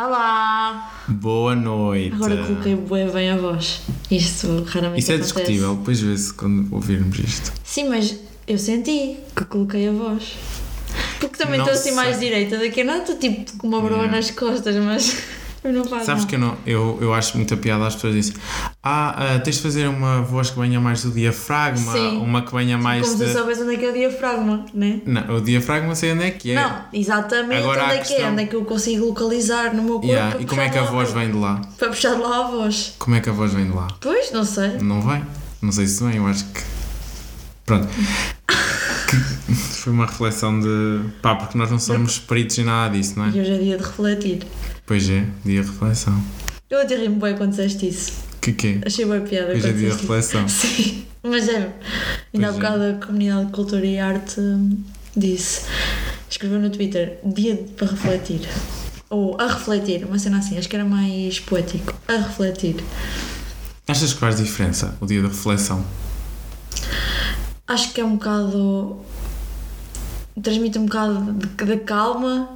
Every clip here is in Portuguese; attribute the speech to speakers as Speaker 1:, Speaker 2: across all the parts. Speaker 1: Olá!
Speaker 2: Boa noite.
Speaker 1: Agora coloquei bué bem a voz. Isto raramente
Speaker 2: Isso é
Speaker 1: acontece.
Speaker 2: discutível, depois vê-se quando ouvirmos isto.
Speaker 1: Sim, mas eu senti que coloquei a voz. Porque também
Speaker 2: Não
Speaker 1: estou assim
Speaker 2: sei.
Speaker 1: mais direita daqui a nada, estou tipo com uma broa
Speaker 2: Yeah.
Speaker 1: nas costas, mas eu Ah, não faço.
Speaker 2: Sabes
Speaker 1: mal.
Speaker 2: que eu, não, eu, eu acho muita piada as pessoas dizem Ah, ah, tens de fazer uma voz que venha mais do diafragma,
Speaker 1: Sim.
Speaker 2: uma que venha mais
Speaker 1: Como
Speaker 2: de...
Speaker 1: se eu soubesse onde é que é o diafragma, né?
Speaker 2: Não, o diafragma sei onde é que é.
Speaker 1: Não, exatamente
Speaker 2: Agora há
Speaker 1: onde
Speaker 2: a
Speaker 1: é que é,
Speaker 2: questão-
Speaker 1: onde é que eu consigo localizar no meu corpo.
Speaker 2: Yeah,
Speaker 1: para
Speaker 2: E como é
Speaker 1: puxar
Speaker 2: que a
Speaker 1: lá-
Speaker 2: voz vem de lá?
Speaker 1: Para puxar lá a voz.
Speaker 2: Como é que a voz vem de lá?
Speaker 1: Pois, não sei.
Speaker 2: Não vem. Não sei se vem, eu acho que. Pronto. Que- Foi uma reflexão de. Pá, porque nós não somos peritos em nada disso, não é?
Speaker 1: E hoje é dia de refletir.
Speaker 2: Pois é, dia de reflexão.
Speaker 1: Eu até ri-me bem quando disseste isso.
Speaker 2: Que que é?
Speaker 1: Achei bem piada
Speaker 2: Hoje é
Speaker 1: quando
Speaker 2: dia de
Speaker 1: disseste isso.
Speaker 2: reflexão.
Speaker 1: Sim, mas é. Ainda há
Speaker 2: Pois é.
Speaker 1: bocado a comunidade de cultura e arte hum, disse, escreveu no Twitter, dia de- para refletir. Ou a refletir, uma cena assim, acho que era mais poético. A refletir.
Speaker 2: Achas que faz diferença o dia da reflexão?
Speaker 1: Acho que é um bocado. transmite um bocado de, de calma.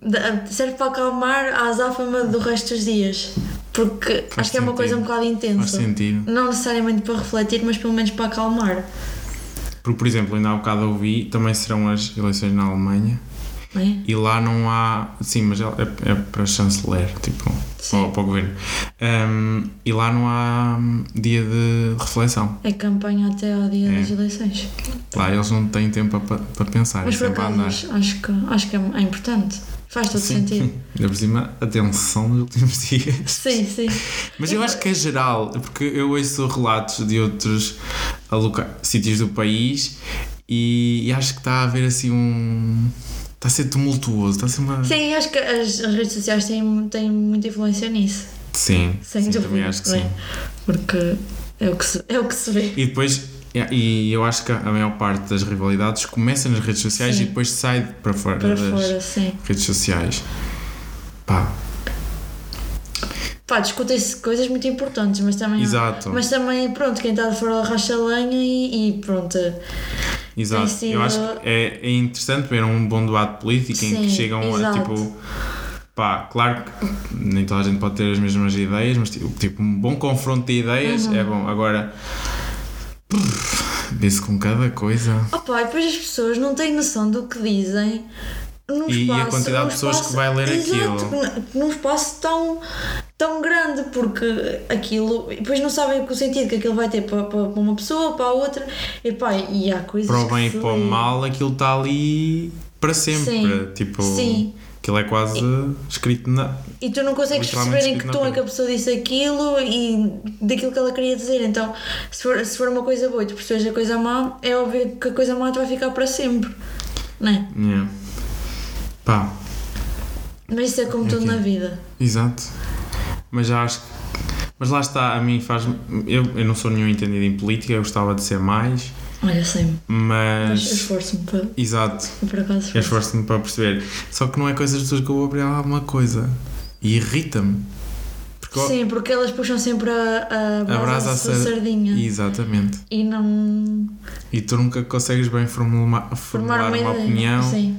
Speaker 1: da- serve para acalmar a azáfama do resto dos dias. Porque
Speaker 2: Faz
Speaker 1: acho que é uma coisa um
Speaker 2: sentido.
Speaker 1: bocado
Speaker 2: Faz
Speaker 1: intensa.
Speaker 2: sentido.
Speaker 1: Não necessariamente para refletir, mas pelo menos para acalmar.
Speaker 2: Porque, por exemplo, ainda há bocado ouvi, também serão as eleições na Alemanha
Speaker 1: Não é?
Speaker 2: e lá não há. Sim, mas é, é- é para chanceler, tipo,
Speaker 1: Sim.
Speaker 2: para, para o governo. Ahm, e lá não há hum, dia de reflexão.
Speaker 1: É campanha até ao dia
Speaker 2: É.
Speaker 1: das eleições.
Speaker 2: Lá eles não têm tempo para, para pensar,
Speaker 1: Mas
Speaker 2: é
Speaker 1: por
Speaker 2: sempre a
Speaker 1: acaso
Speaker 2: andar.
Speaker 1: acho- acho que, acho que é é importante. Faz todo
Speaker 2: Sim.
Speaker 1: sentido.
Speaker 2: Ainda por cima, atenção nos últimos dias.
Speaker 1: Sim, sim.
Speaker 2: Mas eu acho que é geral, porque eu ouço relatos de outros aloca- sítios do país e, e acho que está a haver assim um. Está a ser tumultuoso, está a ser uma.
Speaker 1: Sim, acho que as, as redes sociais têm, têm muita influência nisso.
Speaker 2: Sim,
Speaker 1: Sem
Speaker 2: sim,
Speaker 1: dúvida.
Speaker 2: também acho que
Speaker 1: não é?
Speaker 2: sim.
Speaker 1: Porque é o que se, é o que se vê.
Speaker 2: E depois, e- e eu acho que a maior parte das rivalidades começa nas redes sociais
Speaker 1: Sim.
Speaker 2: e depois sai para fora
Speaker 1: Para
Speaker 2: das
Speaker 1: fora, sim.
Speaker 2: redes sociais. Pá,
Speaker 1: Pá, discutem-se coisas muito importantes, mas também. há-
Speaker 2: exato.
Speaker 1: Mas também, pronto, quem está de fora racha a lenha e, e pronto.
Speaker 2: Exato,
Speaker 1: Tem sido-
Speaker 2: eu acho que é, é interessante ver um bom debate político em
Speaker 1: Sim,
Speaker 2: que chegam
Speaker 1: exato.
Speaker 2: a tipo. Pá, claro que nem toda a gente pode ter as mesmas ideias, mas tipo, tipo, um bom confronto de ideias é
Speaker 1: Uhum.
Speaker 2: bom. Agora, vê-se com cada coisa.
Speaker 1: Opa, e depois as pessoas não têm noção do que dizem num
Speaker 2: E- e a
Speaker 1: espaço.
Speaker 2: quantidade
Speaker 1: num
Speaker 2: de pessoas que
Speaker 1: espaço-
Speaker 2: vai ler
Speaker 1: Exato, Num num espaço tão, tão grande, porque aquilo. E depois não sabem o sentido que aquilo vai ter para, para para uma pessoa, para a outra. E pá, e há coisas.
Speaker 2: Para o
Speaker 1: que
Speaker 2: bem e
Speaker 1: se
Speaker 2: para o
Speaker 1: lê.
Speaker 2: mal, aquilo está ali para sempre.
Speaker 1: Sim,
Speaker 2: Tipo,
Speaker 1: sim.
Speaker 2: aquilo é quase escrito na.
Speaker 1: E tu não consegues
Speaker 2: Literalmente
Speaker 1: perceber em que
Speaker 2: escrito na
Speaker 1: tom é que a
Speaker 2: parede.
Speaker 1: pessoa disse aquilo e daquilo que ela queria dizer. Então, se for, se for uma coisa boa e tu percebes a coisa má, é óbvio que a coisa má te vai ficar para sempre. Não é?
Speaker 2: Yeah. Pá,
Speaker 1: Mas isso é como tudo
Speaker 2: Enfim.
Speaker 1: na vida.
Speaker 2: Exato. Mas já acho que. Mas lá está, a mim faz. Eu, eu não sou nenhum entendido em política, eu gostava de ser mais,
Speaker 1: Olha, sempre. Mas
Speaker 2: mas.
Speaker 1: esforço-me para,
Speaker 2: Exato,
Speaker 1: por acaso.
Speaker 2: eu
Speaker 1: esforço.
Speaker 2: esforço-me para perceber. Só que não é coisa das pessoas que eu vou abrir alguma coisa. E irrita-me. Porque. eu-
Speaker 1: Sim, porque elas puxam sempre a, a brasa,
Speaker 2: A brasa
Speaker 1: da
Speaker 2: à
Speaker 1: sua
Speaker 2: sar-
Speaker 1: sardinha. E...
Speaker 2: Exatamente.
Speaker 1: não
Speaker 2: E tu nunca consegues bem formula-
Speaker 1: formar uma,
Speaker 2: formular uma
Speaker 1: ideia.
Speaker 2: opinião
Speaker 1: Sim.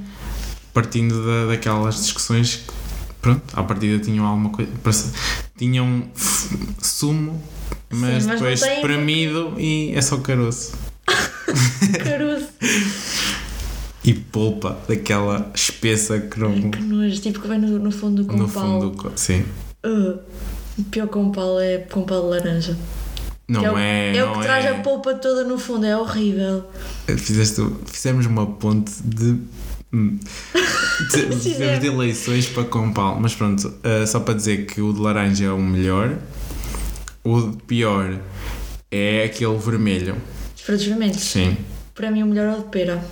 Speaker 2: partindo da, daquelas discussões que, pronto, à partida tinham alguma coisa. parece- Tinham f- sumo, mas
Speaker 1: Sim, mas não
Speaker 2: depois
Speaker 1: têm-
Speaker 2: espremido e é só caroço.
Speaker 1: Caroço.
Speaker 2: e polpa daquela espessa que não
Speaker 1: Ai, que nojo. Tipo que vem no, no fundo do
Speaker 2: no
Speaker 1: compal.
Speaker 2: fundo do co- sim
Speaker 1: Uh, o pior compal é compal de laranja.
Speaker 2: não
Speaker 1: Que o-
Speaker 2: é,
Speaker 1: é o
Speaker 2: não
Speaker 1: que traz
Speaker 2: é. Eh,
Speaker 1: a polpa toda no fundo. É horrível.
Speaker 2: Fizeste, fizemos uma ponte de hum. de, fizemos de eleições para compal mas pronto ah, só para dizer que o de laranja é o melhor o de pior é aquele vermelho
Speaker 1: Os frutos vermelhos.
Speaker 2: sim
Speaker 1: Para mim, o melhor é o de pera.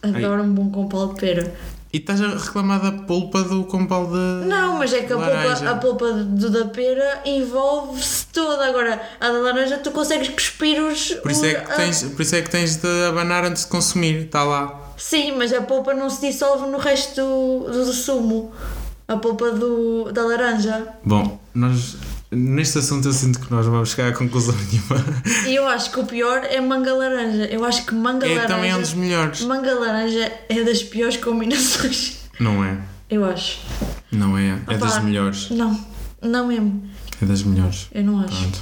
Speaker 1: Adoro um bom compal de pera.
Speaker 2: E estás a reclamar da polpa do compal de.
Speaker 1: Não, mas é que a polpa,
Speaker 2: laranja.
Speaker 1: a polpa do da pera envolve-se toda. Agora, a da laranja tu consegues cuspir os.
Speaker 2: Por isso,
Speaker 1: os-
Speaker 2: é que
Speaker 1: a-
Speaker 2: tens, por isso é que tens de abanar antes de consumir, está lá.
Speaker 1: Sim, mas a polpa não se dissolve no resto do, do sumo. A polpa do, da laranja.
Speaker 2: Bom, nós. Neste assunto eu sinto que nós não vamos chegar a conclusão nenhuma. É
Speaker 1: E eu acho que o pior é manga laranja. Eu acho que manga
Speaker 2: É
Speaker 1: laranja.
Speaker 2: também um dos melhores.
Speaker 1: Manga laranja é das piores combinações.
Speaker 2: Não é.
Speaker 1: Eu acho.
Speaker 2: Não é. É das
Speaker 1: Opa.
Speaker 2: melhores.
Speaker 1: Não, não mesmo.
Speaker 2: É das melhores.
Speaker 1: Eu não acho.
Speaker 2: Pronto.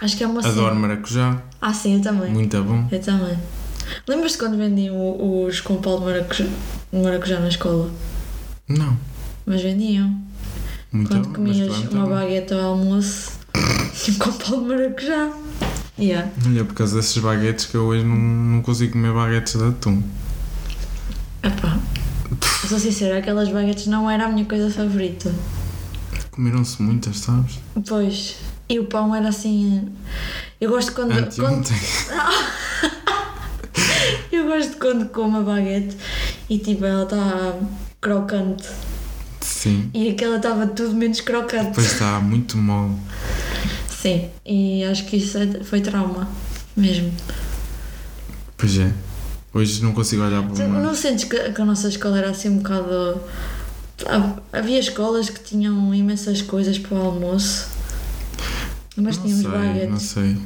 Speaker 1: Acho que é uma
Speaker 2: Adoro
Speaker 1: cena.
Speaker 2: maracujá.
Speaker 1: Ah, sim, eu também.
Speaker 2: Muito bom.
Speaker 1: Eu também. Lembras-te quando vendiam o- os com pau de maracu- de maracujá na escola?
Speaker 2: Não.
Speaker 1: Mas vendiam.
Speaker 2: Muito
Speaker 1: quando
Speaker 2: bom.
Speaker 1: comias
Speaker 2: mas pronto,
Speaker 1: uma
Speaker 2: tá bom.
Speaker 1: baguete ao almoço, um com pau de maracujá. Yeah.
Speaker 2: Olha, por causa desses baguetes que eu hoje não, não consigo comer baguetes de atum.
Speaker 1: Epá. Eu Sou sincera, aquelas baguetes não era a minha coisa favorita.
Speaker 2: Comeram-se muitas, sabes?
Speaker 1: Pois. E o pão era assim. Eu gosto quando. quando
Speaker 2: Anteontem.
Speaker 1: eu gosto quando como a baguete e tipo ela está crocante.
Speaker 2: Sim.
Speaker 1: E aquela estava tudo menos crocante.
Speaker 2: Pois está, muito mole.
Speaker 1: Sim, e acho que isso é- foi trauma mesmo.
Speaker 2: Pois é. Hoje não consigo olhar
Speaker 1: Tu
Speaker 2: para uma.
Speaker 1: não sentes que, que a nossa escola era assim um bocado. há- Havia escolas que tinham imensas coisas para o almoço, mas
Speaker 2: não
Speaker 1: tínhamos
Speaker 2: sei, não
Speaker 1: baguetes.
Speaker 2: sei.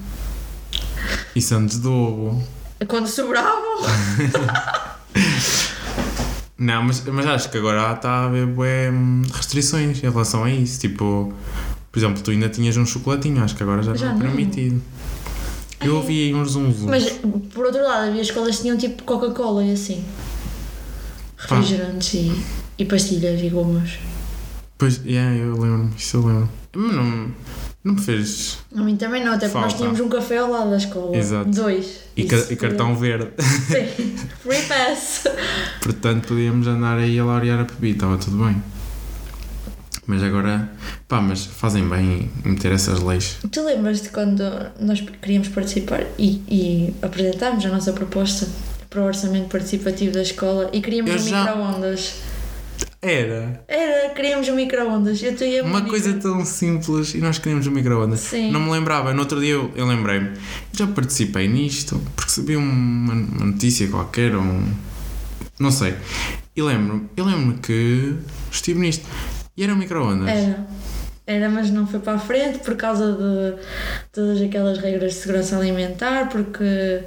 Speaker 2: Isso antes do ovo.
Speaker 1: Quando sobravam.
Speaker 2: Não, mas, mas acho que agora está a haver bué, hum, restrições em relação a isso. Tipo, por exemplo, tu ainda tinhas um chocolatinho, acho que agora já,
Speaker 1: Já
Speaker 2: não é
Speaker 1: não.
Speaker 2: permitido. Eu
Speaker 1: Ai.
Speaker 2: ouvi aí uns zum zum.
Speaker 1: Mas por outro lado, havia escolas que tinham tipo Coca-Cola e assim. Refrigerantes e, e pastilhas e gomas.
Speaker 2: Pois, yeah, eu lembro-me, isso eu lembro. Mas não, não me fez.
Speaker 1: A mim também não, até porque nós
Speaker 2: Falta.
Speaker 1: tínhamos um café ao lado da escola.
Speaker 2: Exato.
Speaker 1: Dois.
Speaker 2: E,
Speaker 1: Isso
Speaker 2: ca- e
Speaker 1: foi-
Speaker 2: cartão verde.
Speaker 1: Sim. Free pass.
Speaker 2: Portanto, podíamos andar aí a laurear a bebida, estava tudo bem. Mas agora, pá, mas fazem bem em meter essas leis.
Speaker 1: Tu lembras-te quando nós queríamos participar e, e apresentámos a nossa proposta para o orçamento participativo da escola e queríamos
Speaker 2: Eu
Speaker 1: um
Speaker 2: já-
Speaker 1: micro-ondas?
Speaker 2: Era
Speaker 1: Era, queríamos um micro-ondas. Eu tu e a
Speaker 2: uma
Speaker 1: Mónica.
Speaker 2: coisa tão simples e nós queríamos um micro-ondas.
Speaker 1: Sim.
Speaker 2: Não me lembrava, no outro dia eu, eu lembrei-me, já participei nisto, porque recebi uma, uma notícia qualquer, ou um. não sei. E lembro-me, eu lembro-me que estive nisto. E era um micro-ondas.
Speaker 1: Era. Era, mas não foi para a frente por causa de todas aquelas regras de segurança alimentar, porque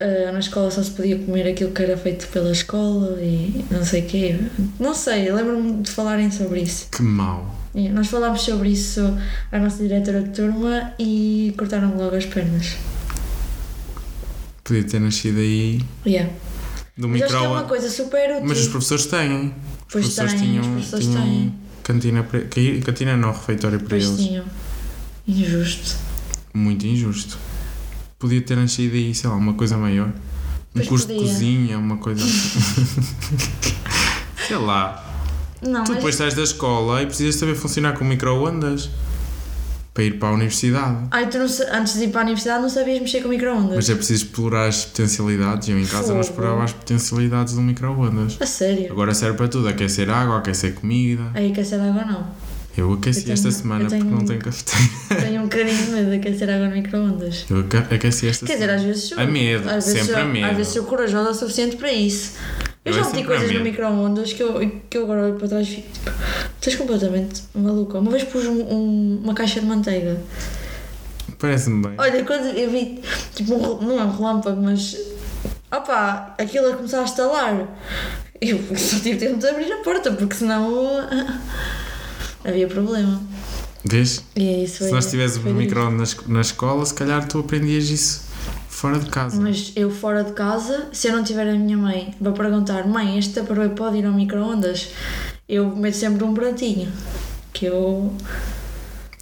Speaker 1: ah, na escola só se podia comer aquilo que era feito pela escola e não sei o quê. Não sei, eu lembro-me de falarem sobre isso.
Speaker 2: Que mau.
Speaker 1: É, Nós falámos sobre isso à nossa diretora de turma e cortaram logo as pernas.
Speaker 2: Podia ter nascido aí
Speaker 1: Yeah.
Speaker 2: do
Speaker 1: Mas acho que é
Speaker 2: micro-ondas.
Speaker 1: uma coisa super útil.
Speaker 2: Mas os professores têm. Os
Speaker 1: Pois
Speaker 2: professores
Speaker 1: têm,
Speaker 2: tinham, um-
Speaker 1: os professores
Speaker 2: tinham
Speaker 1: têm.
Speaker 2: Cantina, para- que- cantina não, refeitório para
Speaker 1: Pois
Speaker 2: eles.
Speaker 1: tinham. Injusto.
Speaker 2: Muito injusto. Podia ter nascido aí, sei lá, uma coisa maior. Um
Speaker 1: Pois
Speaker 2: curso de
Speaker 1: podia.
Speaker 2: cozinha, uma coisa assim. sei lá.
Speaker 1: Não,
Speaker 2: tu
Speaker 1: mas
Speaker 2: depois estás da escola e precisas saber funcionar com micro-ondas para ir para a universidade.
Speaker 1: Ai, tu não sa- antes de ir para a universidade não sabias mexer com micro-ondas.
Speaker 2: Mas é preciso explorar as potencialidades. Eu em casa
Speaker 1: Fogo.
Speaker 2: não explorava as potencialidades do micro-ondas.
Speaker 1: A sério.
Speaker 2: Agora serve para tudo: aquecer água, aquecer comida.
Speaker 1: Aí aquecer água não.
Speaker 2: Eu aqueci
Speaker 1: Eu tenho-
Speaker 2: esta
Speaker 1: eu
Speaker 2: semana
Speaker 1: tenho- um
Speaker 2: porque não tenho cafeteira.
Speaker 1: Tenho um bocadinho de medo de aquecer água no micro-ondas.
Speaker 2: Eu aca- aqueci esta
Speaker 1: Quer dizer,
Speaker 2: semana.
Speaker 1: às vezes sou.
Speaker 2: A medo,
Speaker 1: às vezes
Speaker 2: sempre
Speaker 1: sou,
Speaker 2: a medo.
Speaker 1: Às vezes sou corajosa o suficiente para isso. Eu
Speaker 2: Eu é
Speaker 1: já meti
Speaker 2: sempre a
Speaker 1: coisas no
Speaker 2: medo.
Speaker 1: micro-ondas que eu, que eu agora olho para trás e fico tipo, estás completamente maluca. Uma vez pus um- um- uma caixa de manteiga.
Speaker 2: Parece-me bem.
Speaker 1: Olha, quando eu vi, tipo, um rel- não é um relâmpago, mas. opá, aquilo a começar a estalar. Eu só tive tempo de abrir a porta, porque senão. ah, havia problema.
Speaker 2: Vês?
Speaker 1: E é isso
Speaker 2: Se
Speaker 1: foi-
Speaker 2: nós tivéssemos
Speaker 1: foi
Speaker 2: um
Speaker 1: daí.
Speaker 2: micro-ondas na, es- na escola, se calhar tu aprendias isso fora de casa.
Speaker 1: Mas eu fora de casa, se eu não tiver a minha mãe para perguntar, mãe, este aparelho pode ir ao micro-ondas? Eu meto sempre um pratinho. Que eu.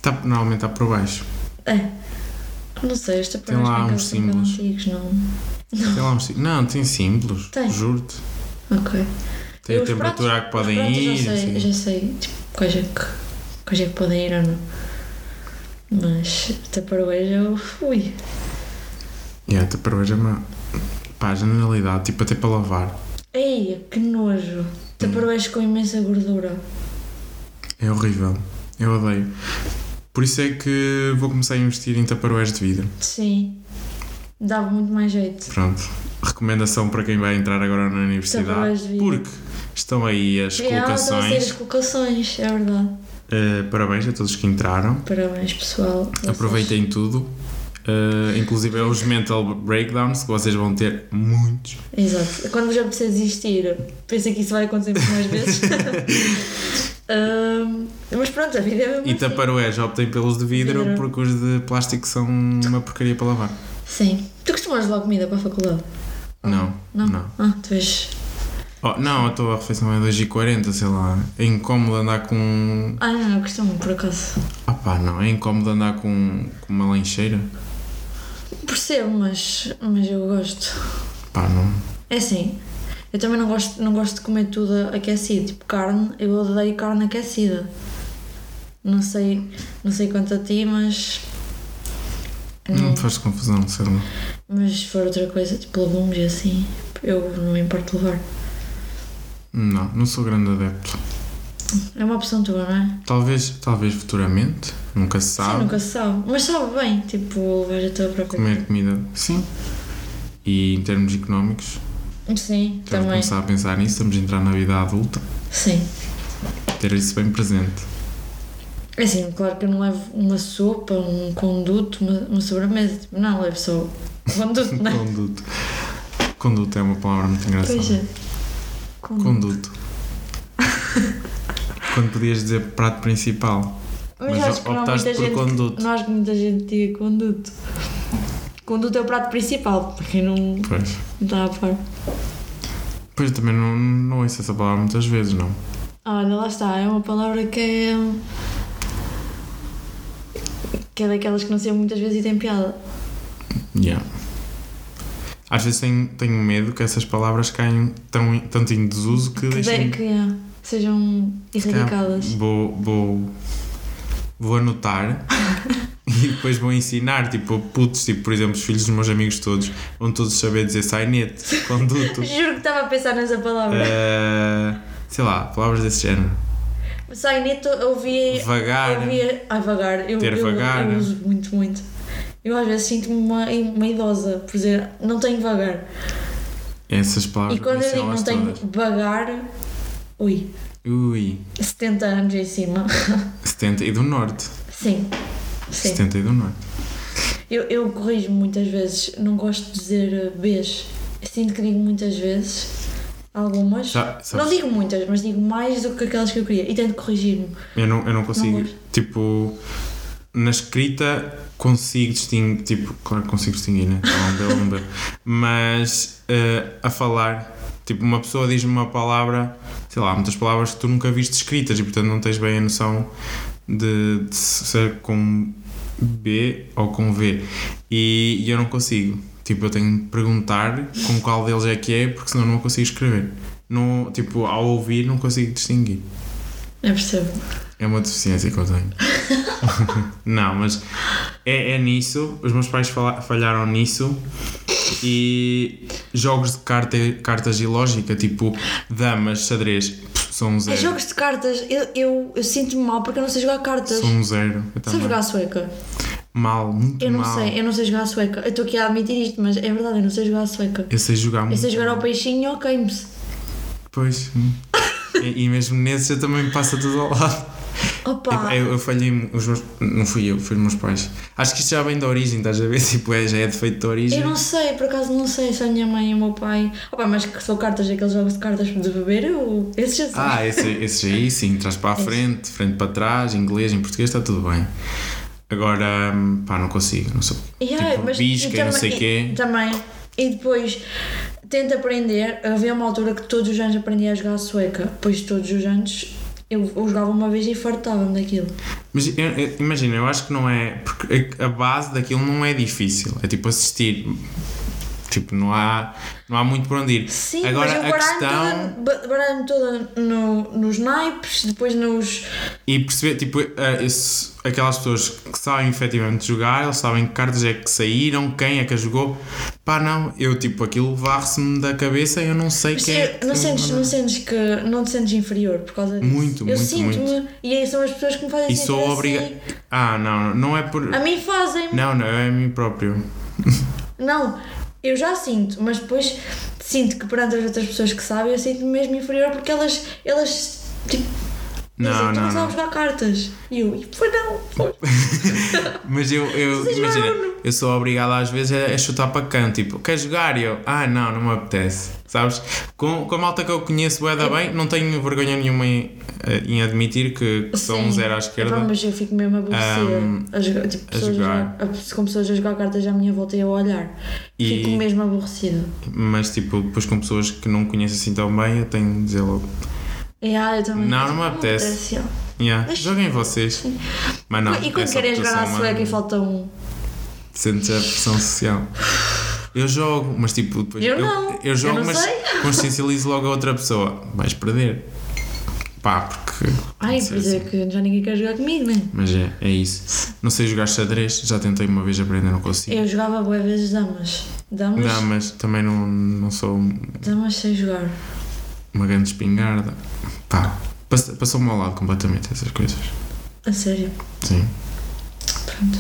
Speaker 2: Tá, normalmente está por baixo.
Speaker 1: É. Não sei, este
Speaker 2: Tem
Speaker 1: aparelho
Speaker 2: lá uns símbolos.
Speaker 1: é antigos, não.
Speaker 2: Tem lá um si- Não, tem símbolos.
Speaker 1: Tem.
Speaker 2: Juro-te.
Speaker 1: Ok.
Speaker 2: Tem
Speaker 1: Eu
Speaker 2: a
Speaker 1: os
Speaker 2: temperatura a que podem
Speaker 1: Pronto, eu
Speaker 2: ir.
Speaker 1: já sei,
Speaker 2: assim.
Speaker 1: já sei tipo, quais, é que, quais é que podem ir ou não. Mas até para hoje eu fui.
Speaker 2: Yeah, até para hoje é uma. Pá, a generalidade, tipo até para lavar.
Speaker 1: Ei, que nojo. Taparoeiros com imensa gordura.
Speaker 2: É horrível. Eu odeio. Por isso é que vou começar a investir em taparoeiros de vidro.
Speaker 1: Sim. Dava muito mais jeito.
Speaker 2: Pronto. Recomendação para quem vai entrar agora na
Speaker 1: Taparoeiros
Speaker 2: universidade.
Speaker 1: de vidro.
Speaker 2: Porque estão aí as
Speaker 1: Ah, estão a ser as
Speaker 2: colocações.
Speaker 1: colocações, é verdade.
Speaker 2: Eh, parabéns a todos que entraram.
Speaker 1: Parabéns, pessoal. Vocês-
Speaker 2: Aproveitem tudo. Eh, inclusive os mental breakdowns que vocês vão ter muitos.
Speaker 1: Exato. Quando vos apetecer desistir, pensem que isso vai acontecer muito mais vezes. Ahm, mas pronto, a vida é mesmo
Speaker 2: E
Speaker 1: assim.
Speaker 2: taparoeiros optem pelos de vidro
Speaker 1: Vidro.
Speaker 2: porque os de plástico são uma porcaria para lavar.
Speaker 1: Sim. Tu costumas levar comida para a faculdade?
Speaker 2: Não,
Speaker 1: Não?
Speaker 2: não.
Speaker 1: Ah, tu és.
Speaker 2: Oh, não, a tua refeição é 2h40, sei lá. É incómodo andar com. um-
Speaker 1: Ah, não, não, costumo, por acaso.
Speaker 2: Ah pá, não. É incómodo andar com, com uma lancheira.
Speaker 1: Percebo, mas, mas eu gosto.
Speaker 2: Pá, não.
Speaker 1: É assim, eu também não gosto, não gosto de comer tudo aquecido, tipo carne, eu odeio carne aquecida. Não sei, não sei quanto a ti, mas. É.
Speaker 2: Não te faz confusão, sei lá.
Speaker 1: Mas se for outra coisa, tipo legumes e assim, eu não me importo de levar.
Speaker 2: Não, não sou grande adepto.
Speaker 1: É uma opção tua, não é?
Speaker 2: Talvez, talvez futuramente, nunca se
Speaker 1: Sim,
Speaker 2: sabe.
Speaker 1: nunca se sabe. Mas sabe bem, tipo, levar a tua própria.
Speaker 2: Comer comida, sim. E em termos económicos,
Speaker 1: Sim,
Speaker 2: temos de
Speaker 1: também.
Speaker 2: começar a pensar nisso, estamos a entrar na vida adulta,
Speaker 1: Sim.
Speaker 2: ter isso bem presente.
Speaker 1: É assim, claro que eu não levo uma sopa, um conduto, uma, uma sobremesa. Tipo, não, levo só o conduto, não é?
Speaker 2: Conduto. Conduto é uma palavra muito engraçada.
Speaker 1: Pois é. Conduto.
Speaker 2: Conduto. Quando podias dizer prato principal.
Speaker 1: Mas,
Speaker 2: Mas
Speaker 1: acho que não há
Speaker 2: optaste
Speaker 1: muita
Speaker 2: por
Speaker 1: gente
Speaker 2: conduto.
Speaker 1: Nós que muita gente diga conduto. Conduto é o prato principal, para quem não
Speaker 2: Pois.
Speaker 1: está a par.
Speaker 2: Pois também não, não ouço essa palavra muitas vezes, não.
Speaker 1: Olha, lá está, é uma palavra que é. que é daquelas que não sei muitas vezes e tem piada.
Speaker 2: Yeah. Às vezes tenho, tenho medo que essas palavras caiam tão, em- tanto em desuso que,
Speaker 1: Que, de,
Speaker 2: deixem.
Speaker 1: que é, sejam
Speaker 2: se calhar um
Speaker 1: erradicadas.
Speaker 2: é Vou, vou, vou anotar e depois vou ensinar, tipo, putos, tipo, por exemplo, os filhos dos meus amigos todos, vão todos saber dizer sainete, conduto,
Speaker 1: Juro que estava a pensar nessa palavra.
Speaker 2: eh, sei lá, palavras desse género.
Speaker 1: Sai neto, eu ouvi.
Speaker 2: É. Vagar.
Speaker 1: Eu via. Ai, vagar. Eu,
Speaker 2: Ter
Speaker 1: eu,
Speaker 2: vagar.
Speaker 1: eu uso muito, muito. Eu às vezes sinto-me uma, uma idosa por dizer não tenho vagar.
Speaker 2: Essas
Speaker 1: E
Speaker 2: palavras
Speaker 1: quando eu digo
Speaker 2: são
Speaker 1: não
Speaker 2: as
Speaker 1: tenho
Speaker 2: todas.
Speaker 1: vagar. Ui,
Speaker 2: Ui,
Speaker 1: 70 anos em cima.
Speaker 2: 70 e do norte.
Speaker 1: Sim. Sim.
Speaker 2: 70 e do norte.
Speaker 1: Eu, eu corrijo muitas vezes. Não gosto de dizer uh, Bs. Sinto que digo muitas vezes. Algumas.
Speaker 2: Sa- sabes-
Speaker 1: Não digo muitas, mas digo mais do que aquelas que eu queria. E tento corrigir-me.
Speaker 2: Eu não, eu não consigo.
Speaker 1: gosto.
Speaker 2: tipo, na escrita consigo distinguir. Tipo, claro que consigo distinguir, né? Tá bom, deu, não deu. Mas eh, a falar, tipo, uma pessoa diz-me uma palavra, sei lá, há muitas palavras que tu nunca viste escritas e portanto não tens bem a noção de, de ser com B ou com V. E, e eu não consigo. Tipo, eu tenho de perguntar com qual deles é que é, porque senão não consigo escrever. Não, tipo, ao ouvir não consigo distinguir.
Speaker 1: Eu percebo.
Speaker 2: É uma deficiência que eu tenho. não, mas é, é nisso. Os meus pais fala- falharam nisso. E jogos de carta, cartas e lógica, tipo damas, xadrez, pff, são um
Speaker 1: É
Speaker 2: zero.
Speaker 1: jogos de cartas. Eu, eu, eu sinto-me mal porque eu não sei jogar cartas.
Speaker 2: Sou um zero. Eu
Speaker 1: Sabe
Speaker 2: também.
Speaker 1: jogar a sueca?
Speaker 2: Mal, muito
Speaker 1: Eu não
Speaker 2: mal.
Speaker 1: sei, eu não sei jogar a sueca. Eu estou aqui a admitir isto, mas é verdade, eu não sei jogar a sueca.
Speaker 2: Eu sei jogar muito.
Speaker 1: Eu sei jogar ao peixinho, ok-me-se.
Speaker 2: Pois. hum. e, e mesmo nesses eu também passo tudo ao lado.
Speaker 1: Opa!
Speaker 2: Eu, eu falhei. mu- Os meus, não fui eu, fui os meus pais. Acho que isto já vem da origem, estás a ver? Tipo, é, já é defeito da origem.
Speaker 1: Eu não sei, por acaso não sei se a minha mãe e o meu pai. Opa, mas que são cartas, aqueles jogos de cartas de beber, eu. Esses já sei.
Speaker 2: Ah, esse, esse aí sim, trás para a frente, frente para trás, inglês, em português está tudo bem. Agora, hum, pá, não consigo, não sou.
Speaker 1: E, ai, então,
Speaker 2: tipo, bisca e não sei
Speaker 1: e-
Speaker 2: o quê.
Speaker 1: Também. E depois tento aprender. Havia uma altura que todos os anos aprendia a jogar a sueca, pois todos os anos eu, eu jogava uma vez e fartava-me daquilo.
Speaker 2: Mas eu- eu- imagina, eu acho que não é. Porque a- a base daquilo não é difícil, é tipo assistir. Tipo, não há, não há muito por onde ir.
Speaker 1: Sim,
Speaker 2: Agora,
Speaker 1: mas eu
Speaker 2: a
Speaker 1: baralho-me
Speaker 2: questão.
Speaker 1: toda, baralho toda no, nos naipes, depois nos.
Speaker 2: E perceber, tipo, eh, esse- aquelas pessoas que sabem efetivamente jogar, eles sabem que cartas é que saíram, quem é que as jogou. Pá, não, eu, tipo, aquilo varre-se-me da cabeça, eu não sei
Speaker 1: Mas
Speaker 2: quem é.
Speaker 1: não,
Speaker 2: que-
Speaker 1: sentes, não sentes que não te sentes inferior por causa disso.
Speaker 2: Muito,
Speaker 1: eu
Speaker 2: muito,
Speaker 1: sinto-me e aí são as pessoas que me fazem
Speaker 2: E
Speaker 1: sentir
Speaker 2: sou
Speaker 1: assim.
Speaker 2: obrigado. Ah, não, não é por.
Speaker 1: A mim fazem-me.
Speaker 2: Não, não, é a mim próprio.
Speaker 1: Não, eu já sinto, mas depois sinto que perante as outras pessoas que sabem, eu sinto-me mesmo inferior porque elas, elas tipo, dizem,
Speaker 2: Não,
Speaker 1: tu
Speaker 2: não,
Speaker 1: não
Speaker 2: não.
Speaker 1: sabes jogar cartas. E eu, "E foi não, foi.
Speaker 2: Mas eu, eu
Speaker 1: Vocês
Speaker 2: imagina,
Speaker 1: jogaram?
Speaker 2: eu sou obrigado às vezes a, a chutar para canto, tipo, queres jogar? E eu, ah, não, não me apetece, sabes? Com, com a malta que eu conheço bué da
Speaker 1: É.
Speaker 2: bem, não tenho vergonha nenhuma em, eh, em admitir que, que sou um
Speaker 1: Sim. é
Speaker 2: zero à esquerda.
Speaker 1: Pá, assim." mas eu fico mesmo aborrecida
Speaker 2: Ahm,
Speaker 1: a jogar, tipo, pessoas a
Speaker 2: jogar.
Speaker 1: jogar. a- com pessoas a jogar cartas à minha volta e eu a olhar.
Speaker 2: E-
Speaker 1: Fico mesmo aborrecida.
Speaker 2: Mas, tipo, depois com pessoas que não conheço assim tão bem, eu tenho de dizer logo,
Speaker 1: E, ah, eu também
Speaker 2: Não, não me apetece.
Speaker 1: ó.
Speaker 2: yeah,
Speaker 1: Mas-
Speaker 2: joguem vocês. Mas não, é
Speaker 1: e quando
Speaker 2: essa
Speaker 1: querem jogar
Speaker 2: reputação
Speaker 1: à sueca e
Speaker 2: humana,
Speaker 1: falta um.
Speaker 2: Sentes a pressão social. Eu jogo, mas tipo, depois
Speaker 1: Eu não.
Speaker 2: eu jogo,
Speaker 1: Eu não
Speaker 2: mas
Speaker 1: sei.
Speaker 2: consciencializo logo a outra pessoa. Vais perder. Pá, porque.
Speaker 1: Ai,
Speaker 2: Sim,
Speaker 1: pois é
Speaker 2: sim.
Speaker 1: que já ninguém quer jogar comigo, né?
Speaker 2: Mas é, é isso. Não sei jogar xadrez, já tentei uma vez aprender, não consigo.
Speaker 1: Eu jogava boas vezes damas. Damas,
Speaker 2: Não, mas também não, não sou
Speaker 1: damas sem jogar.
Speaker 2: uma grande espingarda. Pá, pass- passou-me ao lado completamente essas coisas.
Speaker 1: A sério.
Speaker 2: Sim.
Speaker 1: Pronto.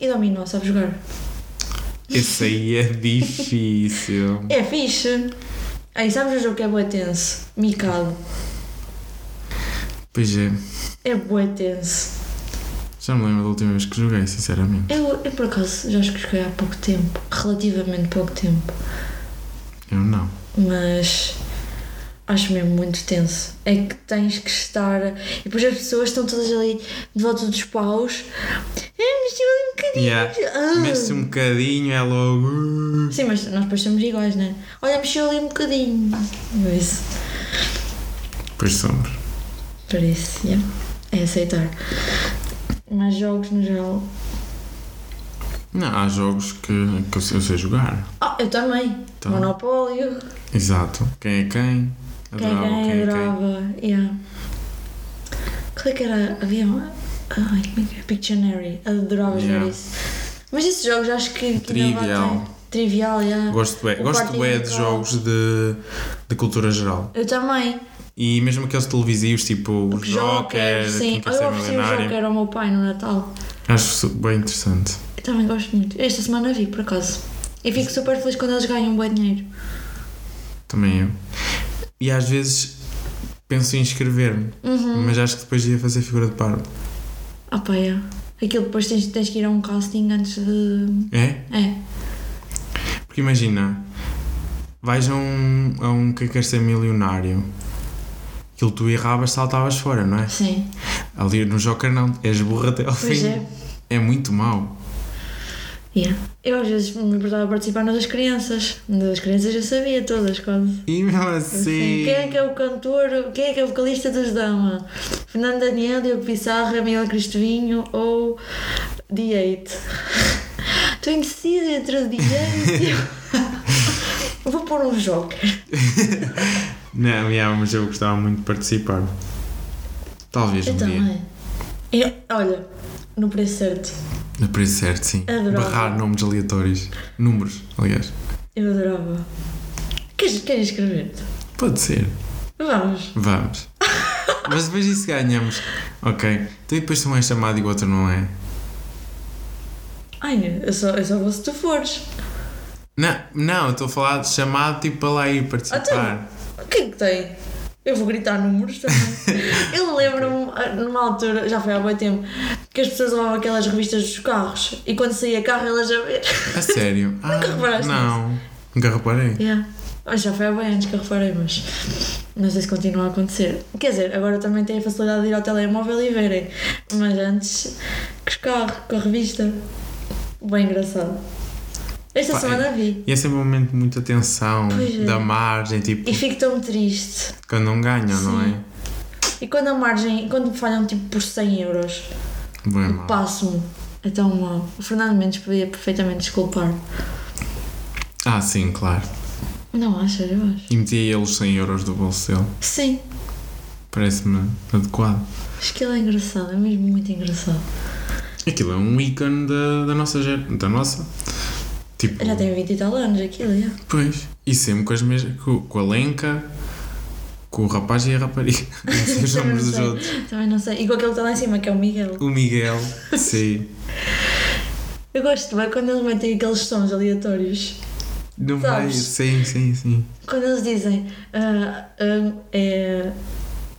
Speaker 1: E dominó, sabe jogar?
Speaker 2: Esse aí é difícil.
Speaker 1: É fixe. Aí sabes o jogo que é bué tenso? Micado.
Speaker 2: Pois é,
Speaker 1: É bué tenso.
Speaker 2: já me lembro da última vez que joguei, sinceramente.
Speaker 1: Eu, eu por acaso já acho que joguei há pouco tempo. Relativamente pouco tempo.
Speaker 2: Eu não.
Speaker 1: Mas acho mesmo muito tenso. É que tens que estar. E depois as pessoas estão todas ali de volta dos paus. É, mexeu ali um bocadinho.
Speaker 2: Yeah.
Speaker 1: Ah.
Speaker 2: Mexe-se um bocadinho, é logo.
Speaker 1: Sim, mas nós depois somos iguais, né? Olha, mexeu ali um bocadinho. Por isso,
Speaker 2: Pois somos.
Speaker 1: por isso, yeah. é aceitar. Mas jogos no geral.
Speaker 2: Não, há jogos que, que eu sei- eu sei jogar.
Speaker 1: Ah, eu também.
Speaker 2: Então.
Speaker 1: Monopólio.
Speaker 2: Exato. Quem é quem?
Speaker 1: Quem
Speaker 2: Adorava
Speaker 1: ganha,
Speaker 2: quem é quem.
Speaker 1: adorava. Yeah. Qual é que era? Havia uma. Ai, como é que era? Pictionary. Adorava jogar
Speaker 2: Yeah.
Speaker 1: isso. Mas esses jogos acho que. que ainda
Speaker 2: Trivial.
Speaker 1: batem. Trivial, yeah.
Speaker 2: Gosto bem,
Speaker 1: O
Speaker 2: gosto
Speaker 1: Partido
Speaker 2: bem de
Speaker 1: Local.
Speaker 2: jogos de, de cultura geral.
Speaker 1: Eu também.
Speaker 2: E mesmo aqueles televisivos tipo
Speaker 1: Porque
Speaker 2: Joker, Quem
Speaker 1: sim.
Speaker 2: Quer
Speaker 1: Eu
Speaker 2: Ser
Speaker 1: ofereci o
Speaker 2: Milionário.
Speaker 1: Joker ao meu pai no Natal.
Speaker 2: Acho su- bem interessante.
Speaker 1: Eu também gosto muito. Esta semana vi, por acaso. E fico super feliz quando eles ganham um bom dinheiro.
Speaker 2: Também eu. E às vezes penso em inscrever-me,
Speaker 1: Uhum. Hum.
Speaker 2: mas acho que depois ia fazer figura de parvo.
Speaker 1: Ah, pá, é. Aquilo depois tens, tens que ir a um casting antes de.
Speaker 2: É?
Speaker 1: É.
Speaker 2: Porque imagina, vais a um, a um Quem Quer Ser Milionário. Aquilo tu erravas, saltavas fora, não é?
Speaker 1: Sim.
Speaker 2: Ali no Joker não, és burra até ao
Speaker 1: Pois
Speaker 2: fim.
Speaker 1: é.
Speaker 2: É muito mau.
Speaker 1: Yeah. Eu às vezes me importava participar nas das crianças. Nas das crianças eu sabia todas, quase.
Speaker 2: E mesmo
Speaker 1: Assim,
Speaker 2: assim.
Speaker 1: Quem é que é o cantor? Quem é que é o vocalista dos Dama? Fernando Daniel, Diogo Pissarra, Miguel Cristovinho ou D8? Estou indecisa entre o D8 e o- Vou pôr um Joker.
Speaker 2: Não, yeah, mas eu gostava muito de participar. Talvez
Speaker 1: Eu
Speaker 2: um dia.
Speaker 1: também. então, é. Eu, olha, no preço certo,
Speaker 2: No preço certo, sim.
Speaker 1: Adorava.
Speaker 2: Barrar nomes aleatórios. Números, aliás.
Speaker 1: eu adorava. Queres, queres escrever-te?
Speaker 2: Pode ser.
Speaker 1: Vamos.
Speaker 2: Vamos. mas depois disso ganhamos. Ok. Então e depois tu é chamado e o outro não é.
Speaker 1: Ai, eu só, eu só vou se tu fores.
Speaker 2: Não, não, eu estou a falar de chamado tipo para lá ir participar.
Speaker 1: O que é que tem? Eu vou gritar números também. eu lembro-me, ah, numa altura, já foi há muito tempo, que as pessoas levavam aquelas revistas dos carros e quando saía carro elas a ver.
Speaker 2: A sério. Ah,
Speaker 1: reparaste
Speaker 2: Não. Nunca reparei.
Speaker 1: Yeah. Ah, Já foi há bem antes que eu reparei, mas não sei se continua a acontecer. Quer dizer, agora também tem a facilidade de ir ao telemóvel e verem. Mas antes, que os carros, com a revista. Bem engraçado. Esta
Speaker 2: Pá,
Speaker 1: semana vi.
Speaker 2: E é sempre um momento de muita tensão,
Speaker 1: Pois é.
Speaker 2: da margem, tipo,
Speaker 1: E fico tão triste.
Speaker 2: quando não ganham, não
Speaker 1: Sim.
Speaker 2: é?
Speaker 1: E quando a margem, quando falham tipo por 100 euros, Então,
Speaker 2: Bem mal.
Speaker 1: passo-me. É tão mau. O Fernando Mendes podia perfeitamente desculpar.
Speaker 2: Ah, sim, claro.
Speaker 1: Não achas, eu acho.
Speaker 2: E metia eles 100 euros do bolso dele.
Speaker 1: Sim,
Speaker 2: Parece-me adequado.
Speaker 1: acho que ele é engraçado, é mesmo muito engraçado.
Speaker 2: Aquilo é um ícone da, da nossa geração. Da nossa. Tipo.
Speaker 1: Já tem 20 e tal anos aquilo, já.
Speaker 2: Pois. E sempre com as mesmas. Com, com a Lenca, com o rapaz e a rapariga. Não sei os
Speaker 1: Também
Speaker 2: nomes
Speaker 1: não
Speaker 2: dos
Speaker 1: sei.
Speaker 2: outros.
Speaker 1: Também não sei. E com aquele que está lá em cima, que é o Miguel.
Speaker 2: O Miguel, sim.
Speaker 1: Eu gosto bem quando eles metem aqueles sons aleatórios.
Speaker 2: Não vai.
Speaker 1: Sabes?
Speaker 2: Sim, sim, sim.
Speaker 1: Quando eles dizem ah, ah, é,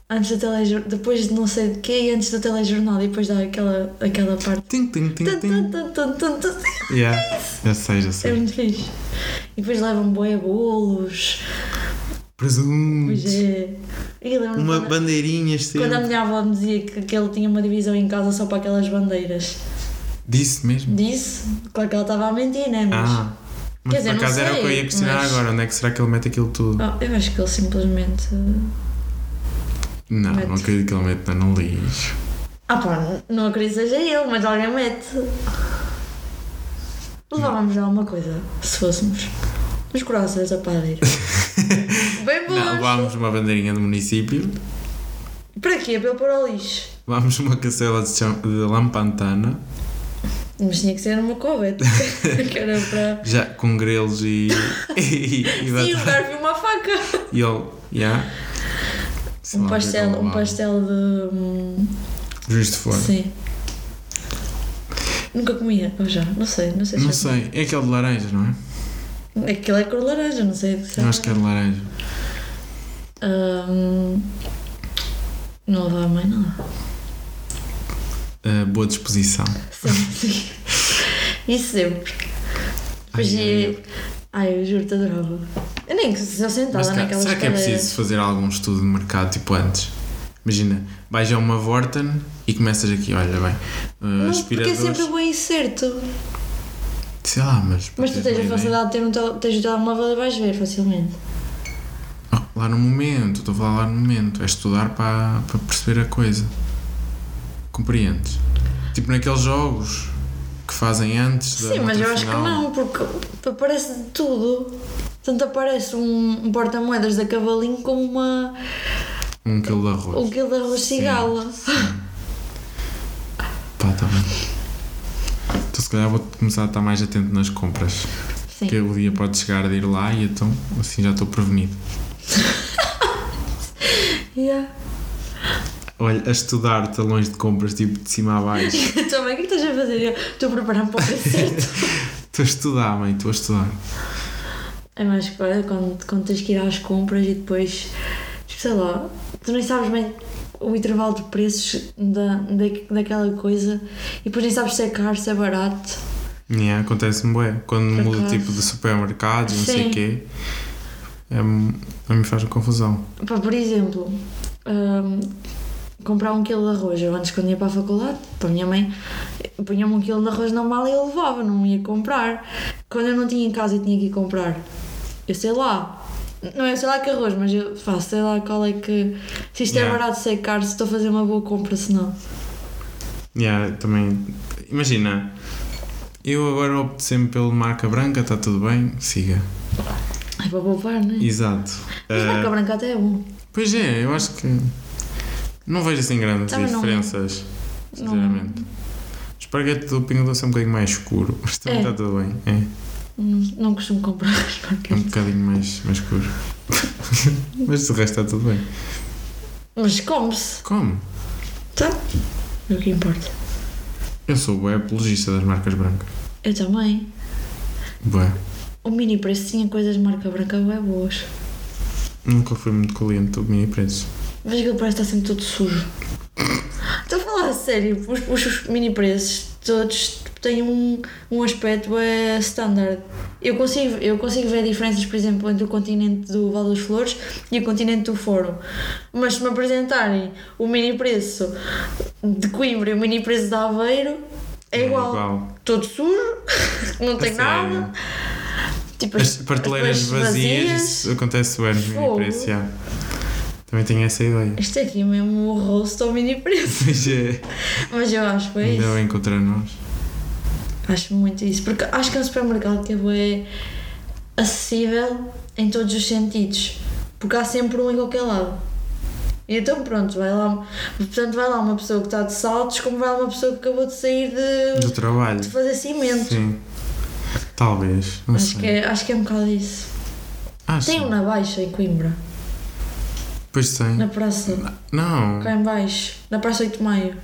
Speaker 1: antes do telejornal, depois de não sei de quê e antes do telejornal e depois dá aquela, aquela parte.
Speaker 2: Tim, tim, tim,
Speaker 1: Tum, tum,
Speaker 2: tim.
Speaker 1: tum, tum, tum, tum.
Speaker 2: Yeah. Já sei, já
Speaker 1: É
Speaker 2: sei.
Speaker 1: muito fixe. E depois levam boi bolos. Pois
Speaker 2: Presunto.
Speaker 1: é. E eu lembro-me
Speaker 2: Uma
Speaker 1: quando-
Speaker 2: bandeirinha
Speaker 1: quando a
Speaker 2: sempre.
Speaker 1: minha avó me dizia que, que ele tinha uma divisão em casa só para aquelas bandeiras.
Speaker 2: Disse mesmo.
Speaker 1: Disse, claro que ela estava a mentir, né? Mas.
Speaker 2: Ah. Mas
Speaker 1: Quer dizer,
Speaker 2: por
Speaker 1: não
Speaker 2: acaso era o
Speaker 1: sei,
Speaker 2: que eu ia questionar
Speaker 1: mas-
Speaker 2: agora. Onde é que será que ele mete aquilo tudo?
Speaker 1: Oh, eu acho que ele simplesmente.
Speaker 2: Não, não
Speaker 1: Mete.
Speaker 2: acredito que ele mete não lixo.
Speaker 1: Ah pá, não acredito que seja ele, mas alguém mete. Levávamos lá uma coisa, se fôssemos. Uns corações a padeiro. Bem bons!
Speaker 2: Não, levámos uma bandeirinha do município,
Speaker 1: Para quê? Para eu pôr ao lixo.
Speaker 2: levámos uma cacela de, cham- de lampantana,
Speaker 1: Mas tinha que ser uma coveta. que era para.
Speaker 2: já com grelos e. e, e,
Speaker 1: Sim, um
Speaker 2: batata-
Speaker 1: garfo e uma faca.
Speaker 2: e ele. Yeah. Sei
Speaker 1: Um
Speaker 2: lá, é
Speaker 1: pastel,
Speaker 2: aquele
Speaker 1: um
Speaker 2: lá,
Speaker 1: pastel de. hum,
Speaker 2: Juiz de fora.
Speaker 1: Sim. Nunca comia, ou já? Não sei, não sei se
Speaker 2: Não
Speaker 1: já-
Speaker 2: sei, é aquele de laranja, não é?
Speaker 1: Aquilo é cor laranja, não sei. se
Speaker 2: Eu acho que é de laranja.
Speaker 1: Ahm, Hum, não levava mais nada.
Speaker 2: Ah, boa disposição.
Speaker 1: Sempre, sim. E sempre. Pois
Speaker 2: Ai, ai,
Speaker 1: é. Ai, eu juro-te, adorava. Eu nem que se eu
Speaker 2: Mas
Speaker 1: sentava
Speaker 2: cá,
Speaker 1: Tá naquelas
Speaker 2: será que é preciso fazer algum estudo de mercado tipo antes? Imagina, vais a uma Vorten e começas aqui, olha bem, ah,
Speaker 1: Não, porque é
Speaker 2: aspiradores.
Speaker 1: sempre bem incerto.
Speaker 2: Sei lá, mas. para
Speaker 1: Mas tu
Speaker 2: teres
Speaker 1: tens
Speaker 2: uma
Speaker 1: a
Speaker 2: ideia.
Speaker 1: facilidade de ter um tel- tens o telemóvel e vais ver facilmente.
Speaker 2: Ah, Lá no momento, estou a falar lá no momento. É estudar para, para perceber a coisa. Compreendes? Tipo naqueles jogos que fazem antes da
Speaker 1: Sim, mas
Speaker 2: outra
Speaker 1: eu acho que
Speaker 2: um final.
Speaker 1: não, porque aparece de tudo. Tanto aparece um, um porta-moedas da Cavalinho como uma,
Speaker 2: Um quilo de arroz.
Speaker 1: o guia da Rua Cigala.
Speaker 2: Pá, tá bem. Então se calhar vou começar a estar mais atento nas compras.
Speaker 1: Sim.
Speaker 2: Que o dia pode chegar de ir lá e então assim já estou prevenido.
Speaker 1: Yeah.
Speaker 2: Olha, a estudar talões de compras tipo de cima a baixo.
Speaker 1: Tua mãe, o que é que estás a fazer? Eu Estou a um preparar-me para o concerto.
Speaker 2: Estou a estudar, mãe, estou a estudar.
Speaker 1: É mais que agora, quando, quando tens que ir às compras e depois, tipo, sei lá, tu nem sabes bem o intervalo de preços da, da, daquela coisa e depois nem sabes se é caro, se é barato.
Speaker 2: Yeah, acontece-me bué. Quando
Speaker 1: Por
Speaker 2: muda o
Speaker 1: acaso.
Speaker 2: tipo de supermercados, não sei
Speaker 1: Sim.
Speaker 2: o quê, é, a mim faz confusão.
Speaker 1: Pá, por exemplo, hum, comprar um quilo de arroz. Eu antes, quando ia para a faculdade, para a minha mãe, punha-me um quilo de arroz na mala e eu levava, não ia comprar. Quando eu não tinha em casa, eu tinha que ir comprar. Eu sei lá. Não é sei lá que arroz, mas eu faço, sei lá qual é que. Se isto
Speaker 2: Yeah.
Speaker 1: é barato, se é caro, se estou a fazer uma boa compra, se não.
Speaker 2: Yeah, também. Imagina, eu agora opto sempre pelo marca branca, está tudo bem, siga.
Speaker 1: É para poupar, não é?
Speaker 2: Exato.
Speaker 1: Mas
Speaker 2: Ah,
Speaker 1: marca branca até é bom.
Speaker 2: pois é, eu acho que não vejo assim grandes
Speaker 1: Também não-
Speaker 2: diferenças,
Speaker 1: não-
Speaker 2: sinceramente. O esparguete do Pingo Doce é um bocadinho mais escuro, mas também
Speaker 1: É.
Speaker 2: está tudo bem. É,
Speaker 1: Não, não costumo comprar
Speaker 2: é um
Speaker 1: marcas.
Speaker 2: bocadinho mais, mais escuro. mas de resto está tudo bem.
Speaker 1: Mas come-se.
Speaker 2: Como?
Speaker 1: Tá? É o que importa.
Speaker 2: Eu sou bué apologista das marcas brancas.
Speaker 1: Eu também.
Speaker 2: Bué.
Speaker 1: O mini preço tinha coisas de marca branca bem boas.
Speaker 2: Nunca fui muito cliente do mini preço.
Speaker 1: Vejo que ele parece estar sempre todo sujo. Estou a falar a sério, os, os- os mini preços todos têm um, um aspecto é standard. Eu consigo, eu consigo ver diferenças, por exemplo, entre o continente do Val das Flores e o continente do Fórum. Mas se me apresentarem o mini preço de Coimbra e o mini preço de Aveiro, é igual. Todo sujo, não tem
Speaker 2: A
Speaker 1: nada. Tipo,
Speaker 2: As prateleiras
Speaker 1: as
Speaker 2: vazias, acontece bem no mini
Speaker 1: Fogo.
Speaker 2: preço, já. Também tenho essa ideia.
Speaker 1: Isto aqui é mesmo o rosto ao mini preço.
Speaker 2: Mas é,
Speaker 1: Mas eu acho bem
Speaker 2: ainda
Speaker 1: isso.
Speaker 2: bem contra nós.
Speaker 1: Acho muito isso. Porque acho que é um supermercado que é bué acessível em todos os sentidos, porque há sempre um em qualquer lado. Então pronto, vai lá, portanto vai lá uma pessoa que está de saltos, como vai lá uma pessoa que acabou de sair de,
Speaker 2: Do trabalho.
Speaker 1: de fazer cimento.
Speaker 2: Sim. Talvez. Não
Speaker 1: Acho
Speaker 2: sei.
Speaker 1: que, é, acho que é um bocado isso.
Speaker 2: Acho.
Speaker 1: Tem um na Baixa, em Coimbra,
Speaker 2: Pois tem.
Speaker 1: na praça,
Speaker 2: Não,
Speaker 1: cá em baixo, na praça 8 de Maio.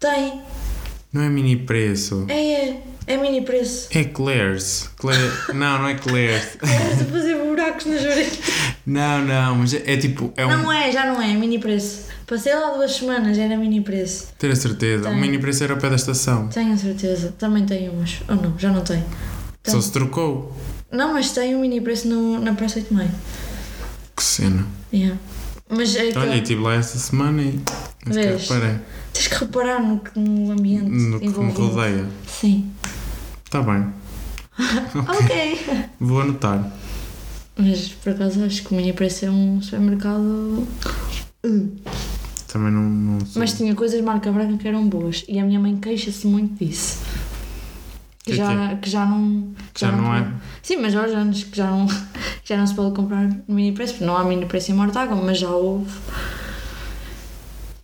Speaker 1: Tem,
Speaker 2: não é mini preço.
Speaker 1: é, é, é mini preço.
Speaker 2: É Claire's. Claire... não, não é Claire's.
Speaker 1: Estás a fazer buracos nas orelhas.
Speaker 2: Não, não, mas é, é tipo. É um...
Speaker 1: Não é, já não é, é mini preço. Passei lá duas semanas, era mini preço.
Speaker 2: Ter a certeza. O
Speaker 1: Tem.
Speaker 2: mini preço era ao pé da estação.
Speaker 1: Tenho a certeza, também tenho umas. Ou não, já não tenho. Tem.
Speaker 2: Só se trocou.
Speaker 1: Não, mas tem um mini preço no, na Praça 8 de Maio.
Speaker 2: Que cena.
Speaker 1: Yeah. Mas é que
Speaker 2: Olha, tipo- eu estive lá essa semana e. Não sequer
Speaker 1: Vês?
Speaker 2: reparei.
Speaker 1: tens que reparar no, que- no ambiente
Speaker 2: No que me
Speaker 1: envolvido.
Speaker 2: rodeia.
Speaker 1: Sim.
Speaker 2: Está bem.
Speaker 1: Ok.
Speaker 2: Vou anotar.
Speaker 1: mas por acaso acho que o mini preço é um supermercado.
Speaker 2: Também não, não sei.
Speaker 1: Mas tinha coisas de marca branca que eram boas. E a minha mãe queixa-se muito disso. Que
Speaker 2: Que
Speaker 1: já, que já não.
Speaker 2: Que já não é.
Speaker 1: Sim, mas há uns anos que já não, que já não se pode comprar no mini preço, porque não há mini preço em Mortágua, mas já houve.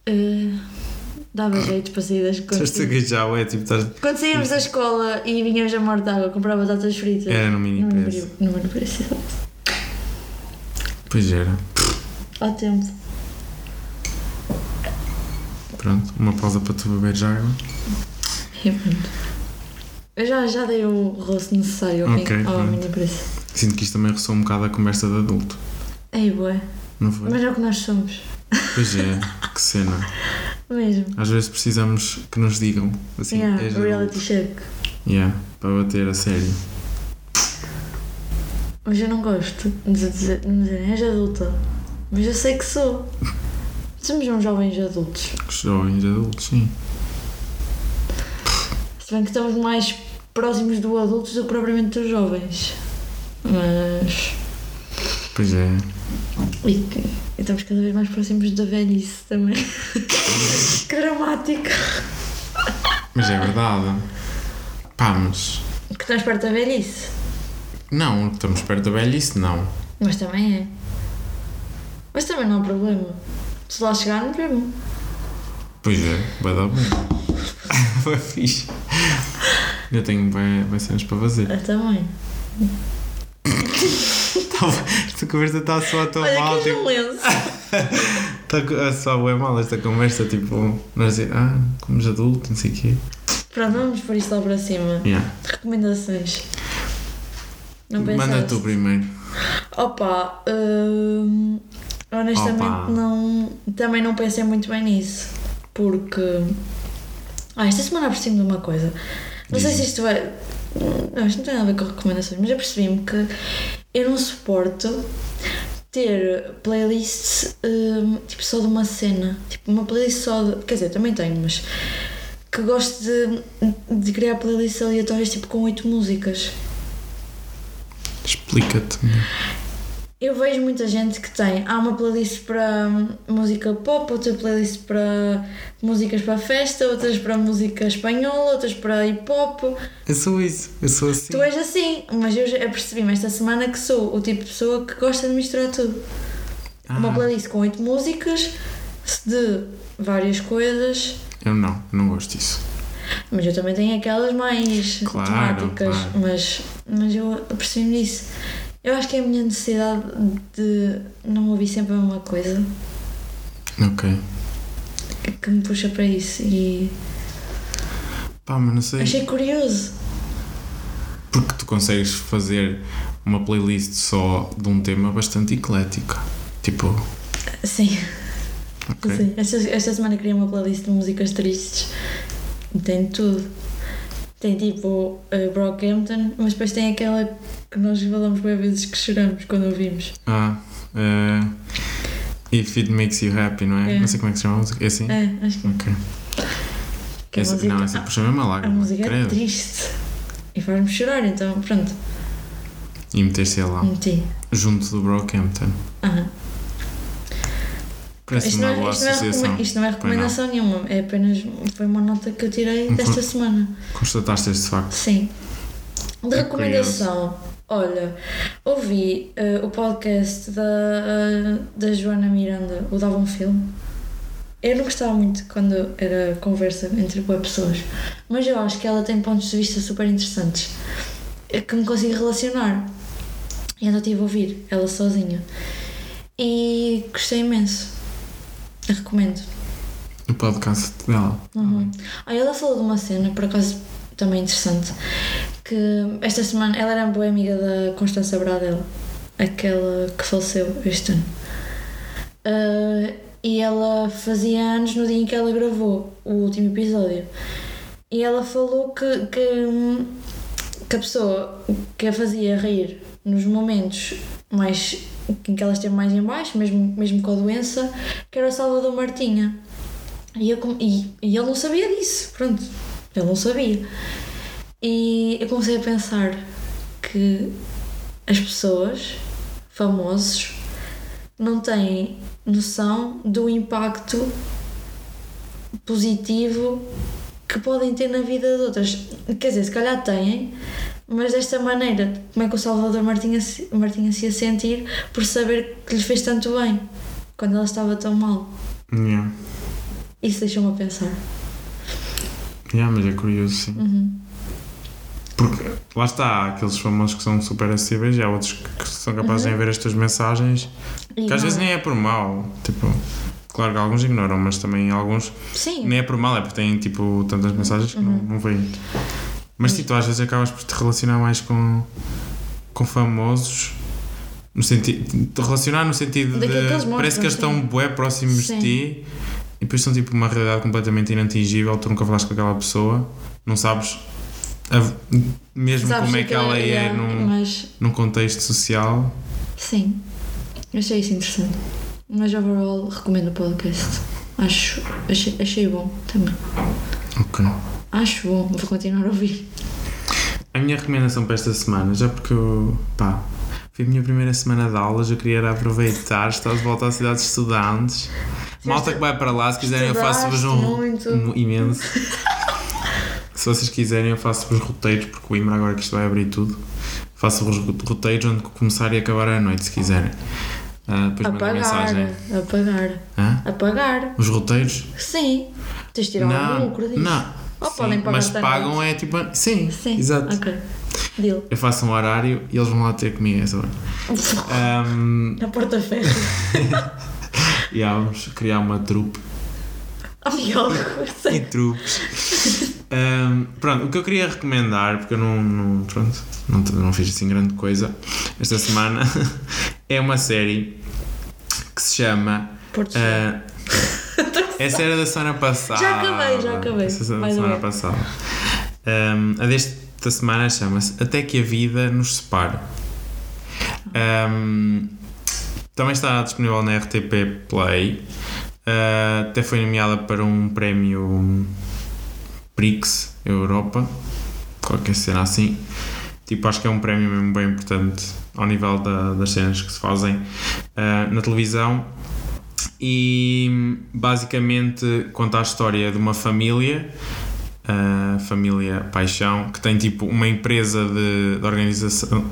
Speaker 1: Eh, dava jeito para sair das
Speaker 2: Estás a
Speaker 1: coisas.
Speaker 2: gajar, é tipo. Estás...
Speaker 1: Quando saímos da escola e vinhamos a Mortágua comprar batatas fritas.
Speaker 2: Era no É, mini
Speaker 1: Não
Speaker 2: preço.
Speaker 1: abriu- Não era preço.
Speaker 2: Pois era.
Speaker 1: Há tempo.
Speaker 2: Pronto, uma pausa para tu beberes água.
Speaker 1: E pronto. Eu já, já dei o rosto necessário ao,
Speaker 2: Ok,
Speaker 1: mini- ao
Speaker 2: pronto.
Speaker 1: mini preço.
Speaker 2: Sinto que isto também ressoa um bocado a conversa de adulto.
Speaker 1: Ei, boa.
Speaker 2: Não foi?
Speaker 1: Mas é o que nós somos.
Speaker 2: Pois é, que cena.
Speaker 1: Mesmo.
Speaker 2: Às vezes precisamos que nos digam. Assim,
Speaker 1: yeah,
Speaker 2: és
Speaker 1: reality
Speaker 2: adulto.
Speaker 1: check.
Speaker 2: Yeah, para bater a sério.
Speaker 1: Mas eu não gosto de dizer, de me dizerem és adulta. Mas eu sei que sou. Somos uns jovens adultos.
Speaker 2: Que jovens adultos, sim.
Speaker 1: Se bem que estamos mais próximos do adultos do que propriamente dos jovens. Mas.
Speaker 2: Pois é.
Speaker 1: E, que- e estamos cada vez mais próximos da velhice também. que dramático.
Speaker 2: Mas é verdade. Pá, mas.
Speaker 1: Que estamos perto da velhice.
Speaker 2: Não, estamos perto da velhice, não.
Speaker 1: Mas também é. Mas também não há problema. Se lá chegar, não problema.
Speaker 2: Pois é, vai dar bem. Foi fixe. Eu tenho bem, bem cenas para fazer.
Speaker 1: Eu É também.
Speaker 2: Tá bom, Esta conversa está só a tão mal. tá
Speaker 1: Olha, que
Speaker 2: tipo,
Speaker 1: lenço.
Speaker 2: Está a soar bem ah, mal esta conversa. Tipo, nós dizer, ah, como adulto, não sei o quê.
Speaker 1: Pronto, vamos por isso lá para cima.
Speaker 2: Yeah.
Speaker 1: Recomendações. Não pensaste?
Speaker 2: Manda tu primeiro.
Speaker 1: Opa, hum, honestamente
Speaker 2: Opa.
Speaker 1: não. Também não pensei muito bem nisso. Porque. Ah, esta semana apercebi-me de uma coisa. Não sei se
Speaker 2: Diz-me.
Speaker 1: isto é. Não, isto não tem nada a ver com recomendações, mas apercebi-me que eu não suporto ter playlists hum, tipo só de uma cena. Tipo, uma playlist só de. Quer dizer, também tenho, mas. Que gosto de, de criar playlists aleatórias tipo com oito músicas.
Speaker 2: Explica-te.
Speaker 1: Eu vejo muita gente que tem. Há uma playlist para hum, música pop, outra playlist para músicas para festa, outras para música espanhola, outras para hip hop.
Speaker 2: Eu sou isso, eu sou assim.
Speaker 1: Tu és assim, mas eu já percebi-me esta semana que sou o tipo de pessoa que gosta de misturar tudo.
Speaker 2: Ah,
Speaker 1: Uma playlist com oito músicas de várias coisas,
Speaker 2: Eu não, eu não gosto disso.
Speaker 1: mas eu também tenho aquelas mais
Speaker 2: Claro,
Speaker 1: temáticas,
Speaker 2: claro.
Speaker 1: mas, mas eu percebi-me disso. Eu acho que é a minha necessidade de não ouvir sempre a mesma coisa.
Speaker 2: Ok.
Speaker 1: É que me puxa para isso e
Speaker 2: Pá, mas não sei.
Speaker 1: achei curioso.
Speaker 2: Porque tu consegues fazer uma playlist só de um tema bastante eclética. Tipo,
Speaker 1: Sim,
Speaker 2: ok.
Speaker 1: sim. Esta, esta semana criei uma playlist de músicas tristes e tem tudo. Tem tipo uh, Brockhampton, mas depois tem aquela que nós falamos bem vezes que choramos quando ouvimos.
Speaker 2: Ah, eh, If It Makes You Happy, não é?
Speaker 1: É.
Speaker 2: Não sei como é que se chama a música. É assim?
Speaker 1: É, acho que,
Speaker 2: Ok.
Speaker 1: que a
Speaker 2: Essa-
Speaker 1: música, tá-
Speaker 2: não, essa puxa mesmo a
Speaker 1: a, a
Speaker 2: lágrima.
Speaker 1: música é
Speaker 2: Credo.
Speaker 1: triste e faz-me chorar, então pronto,
Speaker 2: E meteste lá,
Speaker 1: meti.
Speaker 2: junto do Brockhampton.
Speaker 1: Ah,
Speaker 2: Parece
Speaker 1: isto, não
Speaker 2: uma
Speaker 1: é,
Speaker 2: boa
Speaker 1: isto, não é
Speaker 2: associação.
Speaker 1: recome- isto não é
Speaker 2: Pois não.
Speaker 1: recomendação nenhuma, é apenas foi uma nota que eu tirei
Speaker 2: Um
Speaker 1: desta
Speaker 2: pro-
Speaker 1: semana.
Speaker 2: Constataste este facto.
Speaker 1: Sim. De recomendação, olha, ouvi eh, o podcast da, eh, da Joana Miranda, o Dava um Filme. Eu não gostava muito quando era conversa entre boas pessoas, mas eu acho que ela tem pontos de vista super interessantes eh, que me consigo relacionar. E então estive a ouvir ela sozinha e gostei imenso. Recomendo.
Speaker 2: O podcast dela.
Speaker 1: Uhum. Ah, ela falou de uma cena, por acaso também interessante, que esta semana ela era boa amiga da Constança Bradel, aquela que faleceu este ano. Ah, e ela fazia anos no dia em que ela gravou o último episódio. E ela falou que, que, hum, que a pessoa que a fazia rir nos momentos mais em que ela esteve mais em baixo, mesmo, mesmo com a doença, que era o Salvador Martinha. E, eu, com- e, e ele não sabia disso, pronto. Ele não sabia. E eu comecei a pensar que as pessoas, famosos, não têm noção do impacto positivo que podem ter na vida de outras. Quer dizer, se calhar têm, mas desta maneira, como é que o Salvador Martinha, se- Martinha se ia sentir por saber que lhe fez tanto bem quando ela estava tão mal?
Speaker 2: Yeah.
Speaker 1: Isso deixou-me a pensar.
Speaker 2: Yeah, mas é curioso, sim.
Speaker 1: Uhum.
Speaker 2: Porque lá está, há aqueles famosos que são super acessíveis e há outros que que são capazes
Speaker 1: Uhum.
Speaker 2: de ver as tuas mensagens.
Speaker 1: E
Speaker 2: Que às
Speaker 1: não-
Speaker 2: vezes nem é por mal. Tipo, claro que alguns ignoram, mas também alguns
Speaker 1: Sim, Uhum.
Speaker 2: nem é por mal, é porque têm tipo tantas mensagens que não, não veem. Mas sim, tu às vezes acabas por te relacionar mais com, com famosos. No sentido, te relacionar no sentido de.
Speaker 1: Daquilo que eles
Speaker 2: parece
Speaker 1: mostram,
Speaker 2: que eles estão
Speaker 1: sim.
Speaker 2: bué próximos
Speaker 1: Sim.
Speaker 2: de ti e depois são tipo uma realidade completamente inatingível. Tu nunca falaste com aquela pessoa, não sabes a- mesmo
Speaker 1: sabes
Speaker 2: como é que ela é
Speaker 1: yeah,
Speaker 2: num,
Speaker 1: Mas,
Speaker 2: num contexto social.
Speaker 1: sim, eu achei isso interessante. Mas, overall, recomendo o podcast. Acho, achei, achei bom também.
Speaker 2: Ok.
Speaker 1: Acho bom, vou continuar a ouvir.
Speaker 2: A minha recomendação para esta semana, já porque eu, pá, foi a minha primeira semana de aulas, eu queria era aproveitar, estar de volta à cidade de estudantes. Malta que vai para lá, se quiserem eu faço-vos um,
Speaker 1: Estudaste
Speaker 2: um
Speaker 1: muito.
Speaker 2: imenso. se vocês quiserem eu faço-vos roteiros, porque o IMRA agora que isto vai abrir tudo, faço-vos roteiros onde começar e acabar à noite, se quiserem. Ah, depois mandem
Speaker 1: Apagar, né?
Speaker 2: mensagem.
Speaker 1: apagar,
Speaker 2: Hã?
Speaker 1: apagar.
Speaker 2: Os roteiros?
Speaker 1: Sim, tens de tirar
Speaker 2: não,
Speaker 1: o lucro disso.
Speaker 2: não.
Speaker 1: Ou
Speaker 2: Sim,
Speaker 1: podem pagar
Speaker 2: mas
Speaker 1: até à
Speaker 2: pagam é tipo. Sim,
Speaker 1: Sim,
Speaker 2: exato.
Speaker 1: ok. Deal.
Speaker 2: Eu faço um horário e eles vão lá ter comigo a essa hora. Ahm,
Speaker 1: Na porta ferro.
Speaker 2: e há, vamos criar uma trupe.
Speaker 1: Oh, Diogo,
Speaker 2: E
Speaker 1: sei.
Speaker 2: trupes. Ahm, pronto, o que eu queria recomendar, porque eu não, não, pronto, não, te- não fiz assim grande coisa esta semana, é uma série que se chama.
Speaker 1: Porto Seguro.
Speaker 2: ah, essa era da semana passada.
Speaker 1: Já acabei, já acabei.
Speaker 2: Essa era da
Speaker 1: By the
Speaker 2: semana
Speaker 1: way.
Speaker 2: passada. Ahm, a desta semana chama-se Até que a Vida nos Separe. Ahm, também está disponível na RTP Play. Ah, até foi nomeada para um prémio Prix Europa, qualquer cena assim. Tipo, acho que é um prémio mesmo bem importante ao nível da- das cenas que se fazem ah, na televisão. E basicamente conta a história de uma família, a família Paixão, que tem tipo uma empresa de, de organização,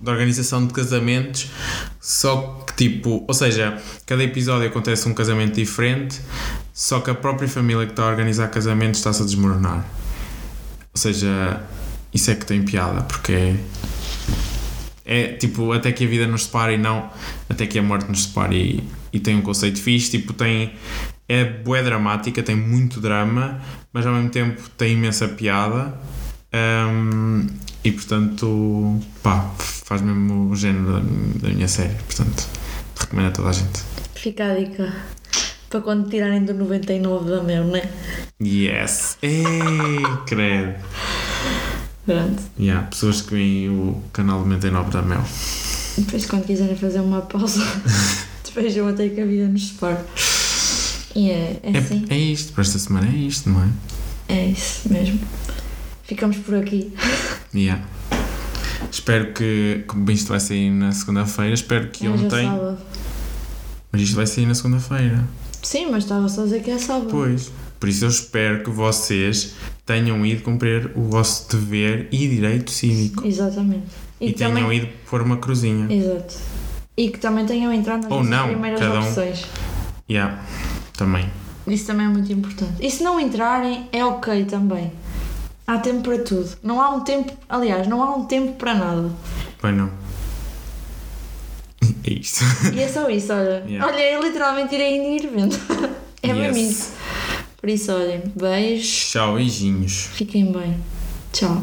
Speaker 2: de organização de casamentos, só que tipo, ou seja, cada episódio acontece um casamento diferente, só que a própria família que está a organizar casamentos está-se a desmoronar. Ou seja, isso é que tem piada, porque é, é tipo até que a vida nos separe e não até que a morte nos separe e, e tem um conceito fixe, tipo tem é bué dramática, tem muito drama, mas ao mesmo tempo tem imensa piada Hum, e portanto pá, faz mesmo o género da, da minha série, portanto recomendo a toda a gente.
Speaker 1: Fica a dica. Para quando tirarem do 99 da meu, né?
Speaker 2: Yes! Ei, credo!
Speaker 1: Pronto.
Speaker 2: E há pessoas que veem o canal 99 da Mel.
Speaker 1: Depois, quando quiserem fazer uma pausa, depois eu até que a vida nos separe. E é, é assim.
Speaker 2: É, é isto, para esta semana é isto, não é?
Speaker 1: É isso mesmo. Ficamos por aqui.
Speaker 2: Yeah. Espero que, como isto vai sair na segunda-feira, espero que
Speaker 1: Hoje é
Speaker 2: ontem.
Speaker 1: sábado.
Speaker 2: Mas isto vai sair na segunda-feira.
Speaker 1: Sim, mas estava só a dizer que é sábado.
Speaker 2: Pois. Por isso eu espero que vocês tenham ido cumprir o vosso dever e direito cívico.
Speaker 1: Exatamente.
Speaker 2: E, tenham
Speaker 1: também...
Speaker 2: ido pôr uma cruzinha.
Speaker 1: Exato. E que também tenham entrado nas
Speaker 2: Ou
Speaker 1: vossas
Speaker 2: não,
Speaker 1: primeiras
Speaker 2: cada um.
Speaker 1: opções.
Speaker 2: Yeah, também.
Speaker 1: Isso também é muito importante. E se não entrarem, é ok também. Há tempo para tudo. Não há um tempo, aliás, não há um tempo para nada.
Speaker 2: Pois não. É isto.
Speaker 1: E é só isso, olha.
Speaker 2: Yeah.
Speaker 1: Olha, é literalmente ir ainda ir vendo. É mesmo
Speaker 2: Yes.
Speaker 1: isso. Por isso, olhem, beijos,
Speaker 2: Tchau, beijinhos.
Speaker 1: fiquem bem. Tchau.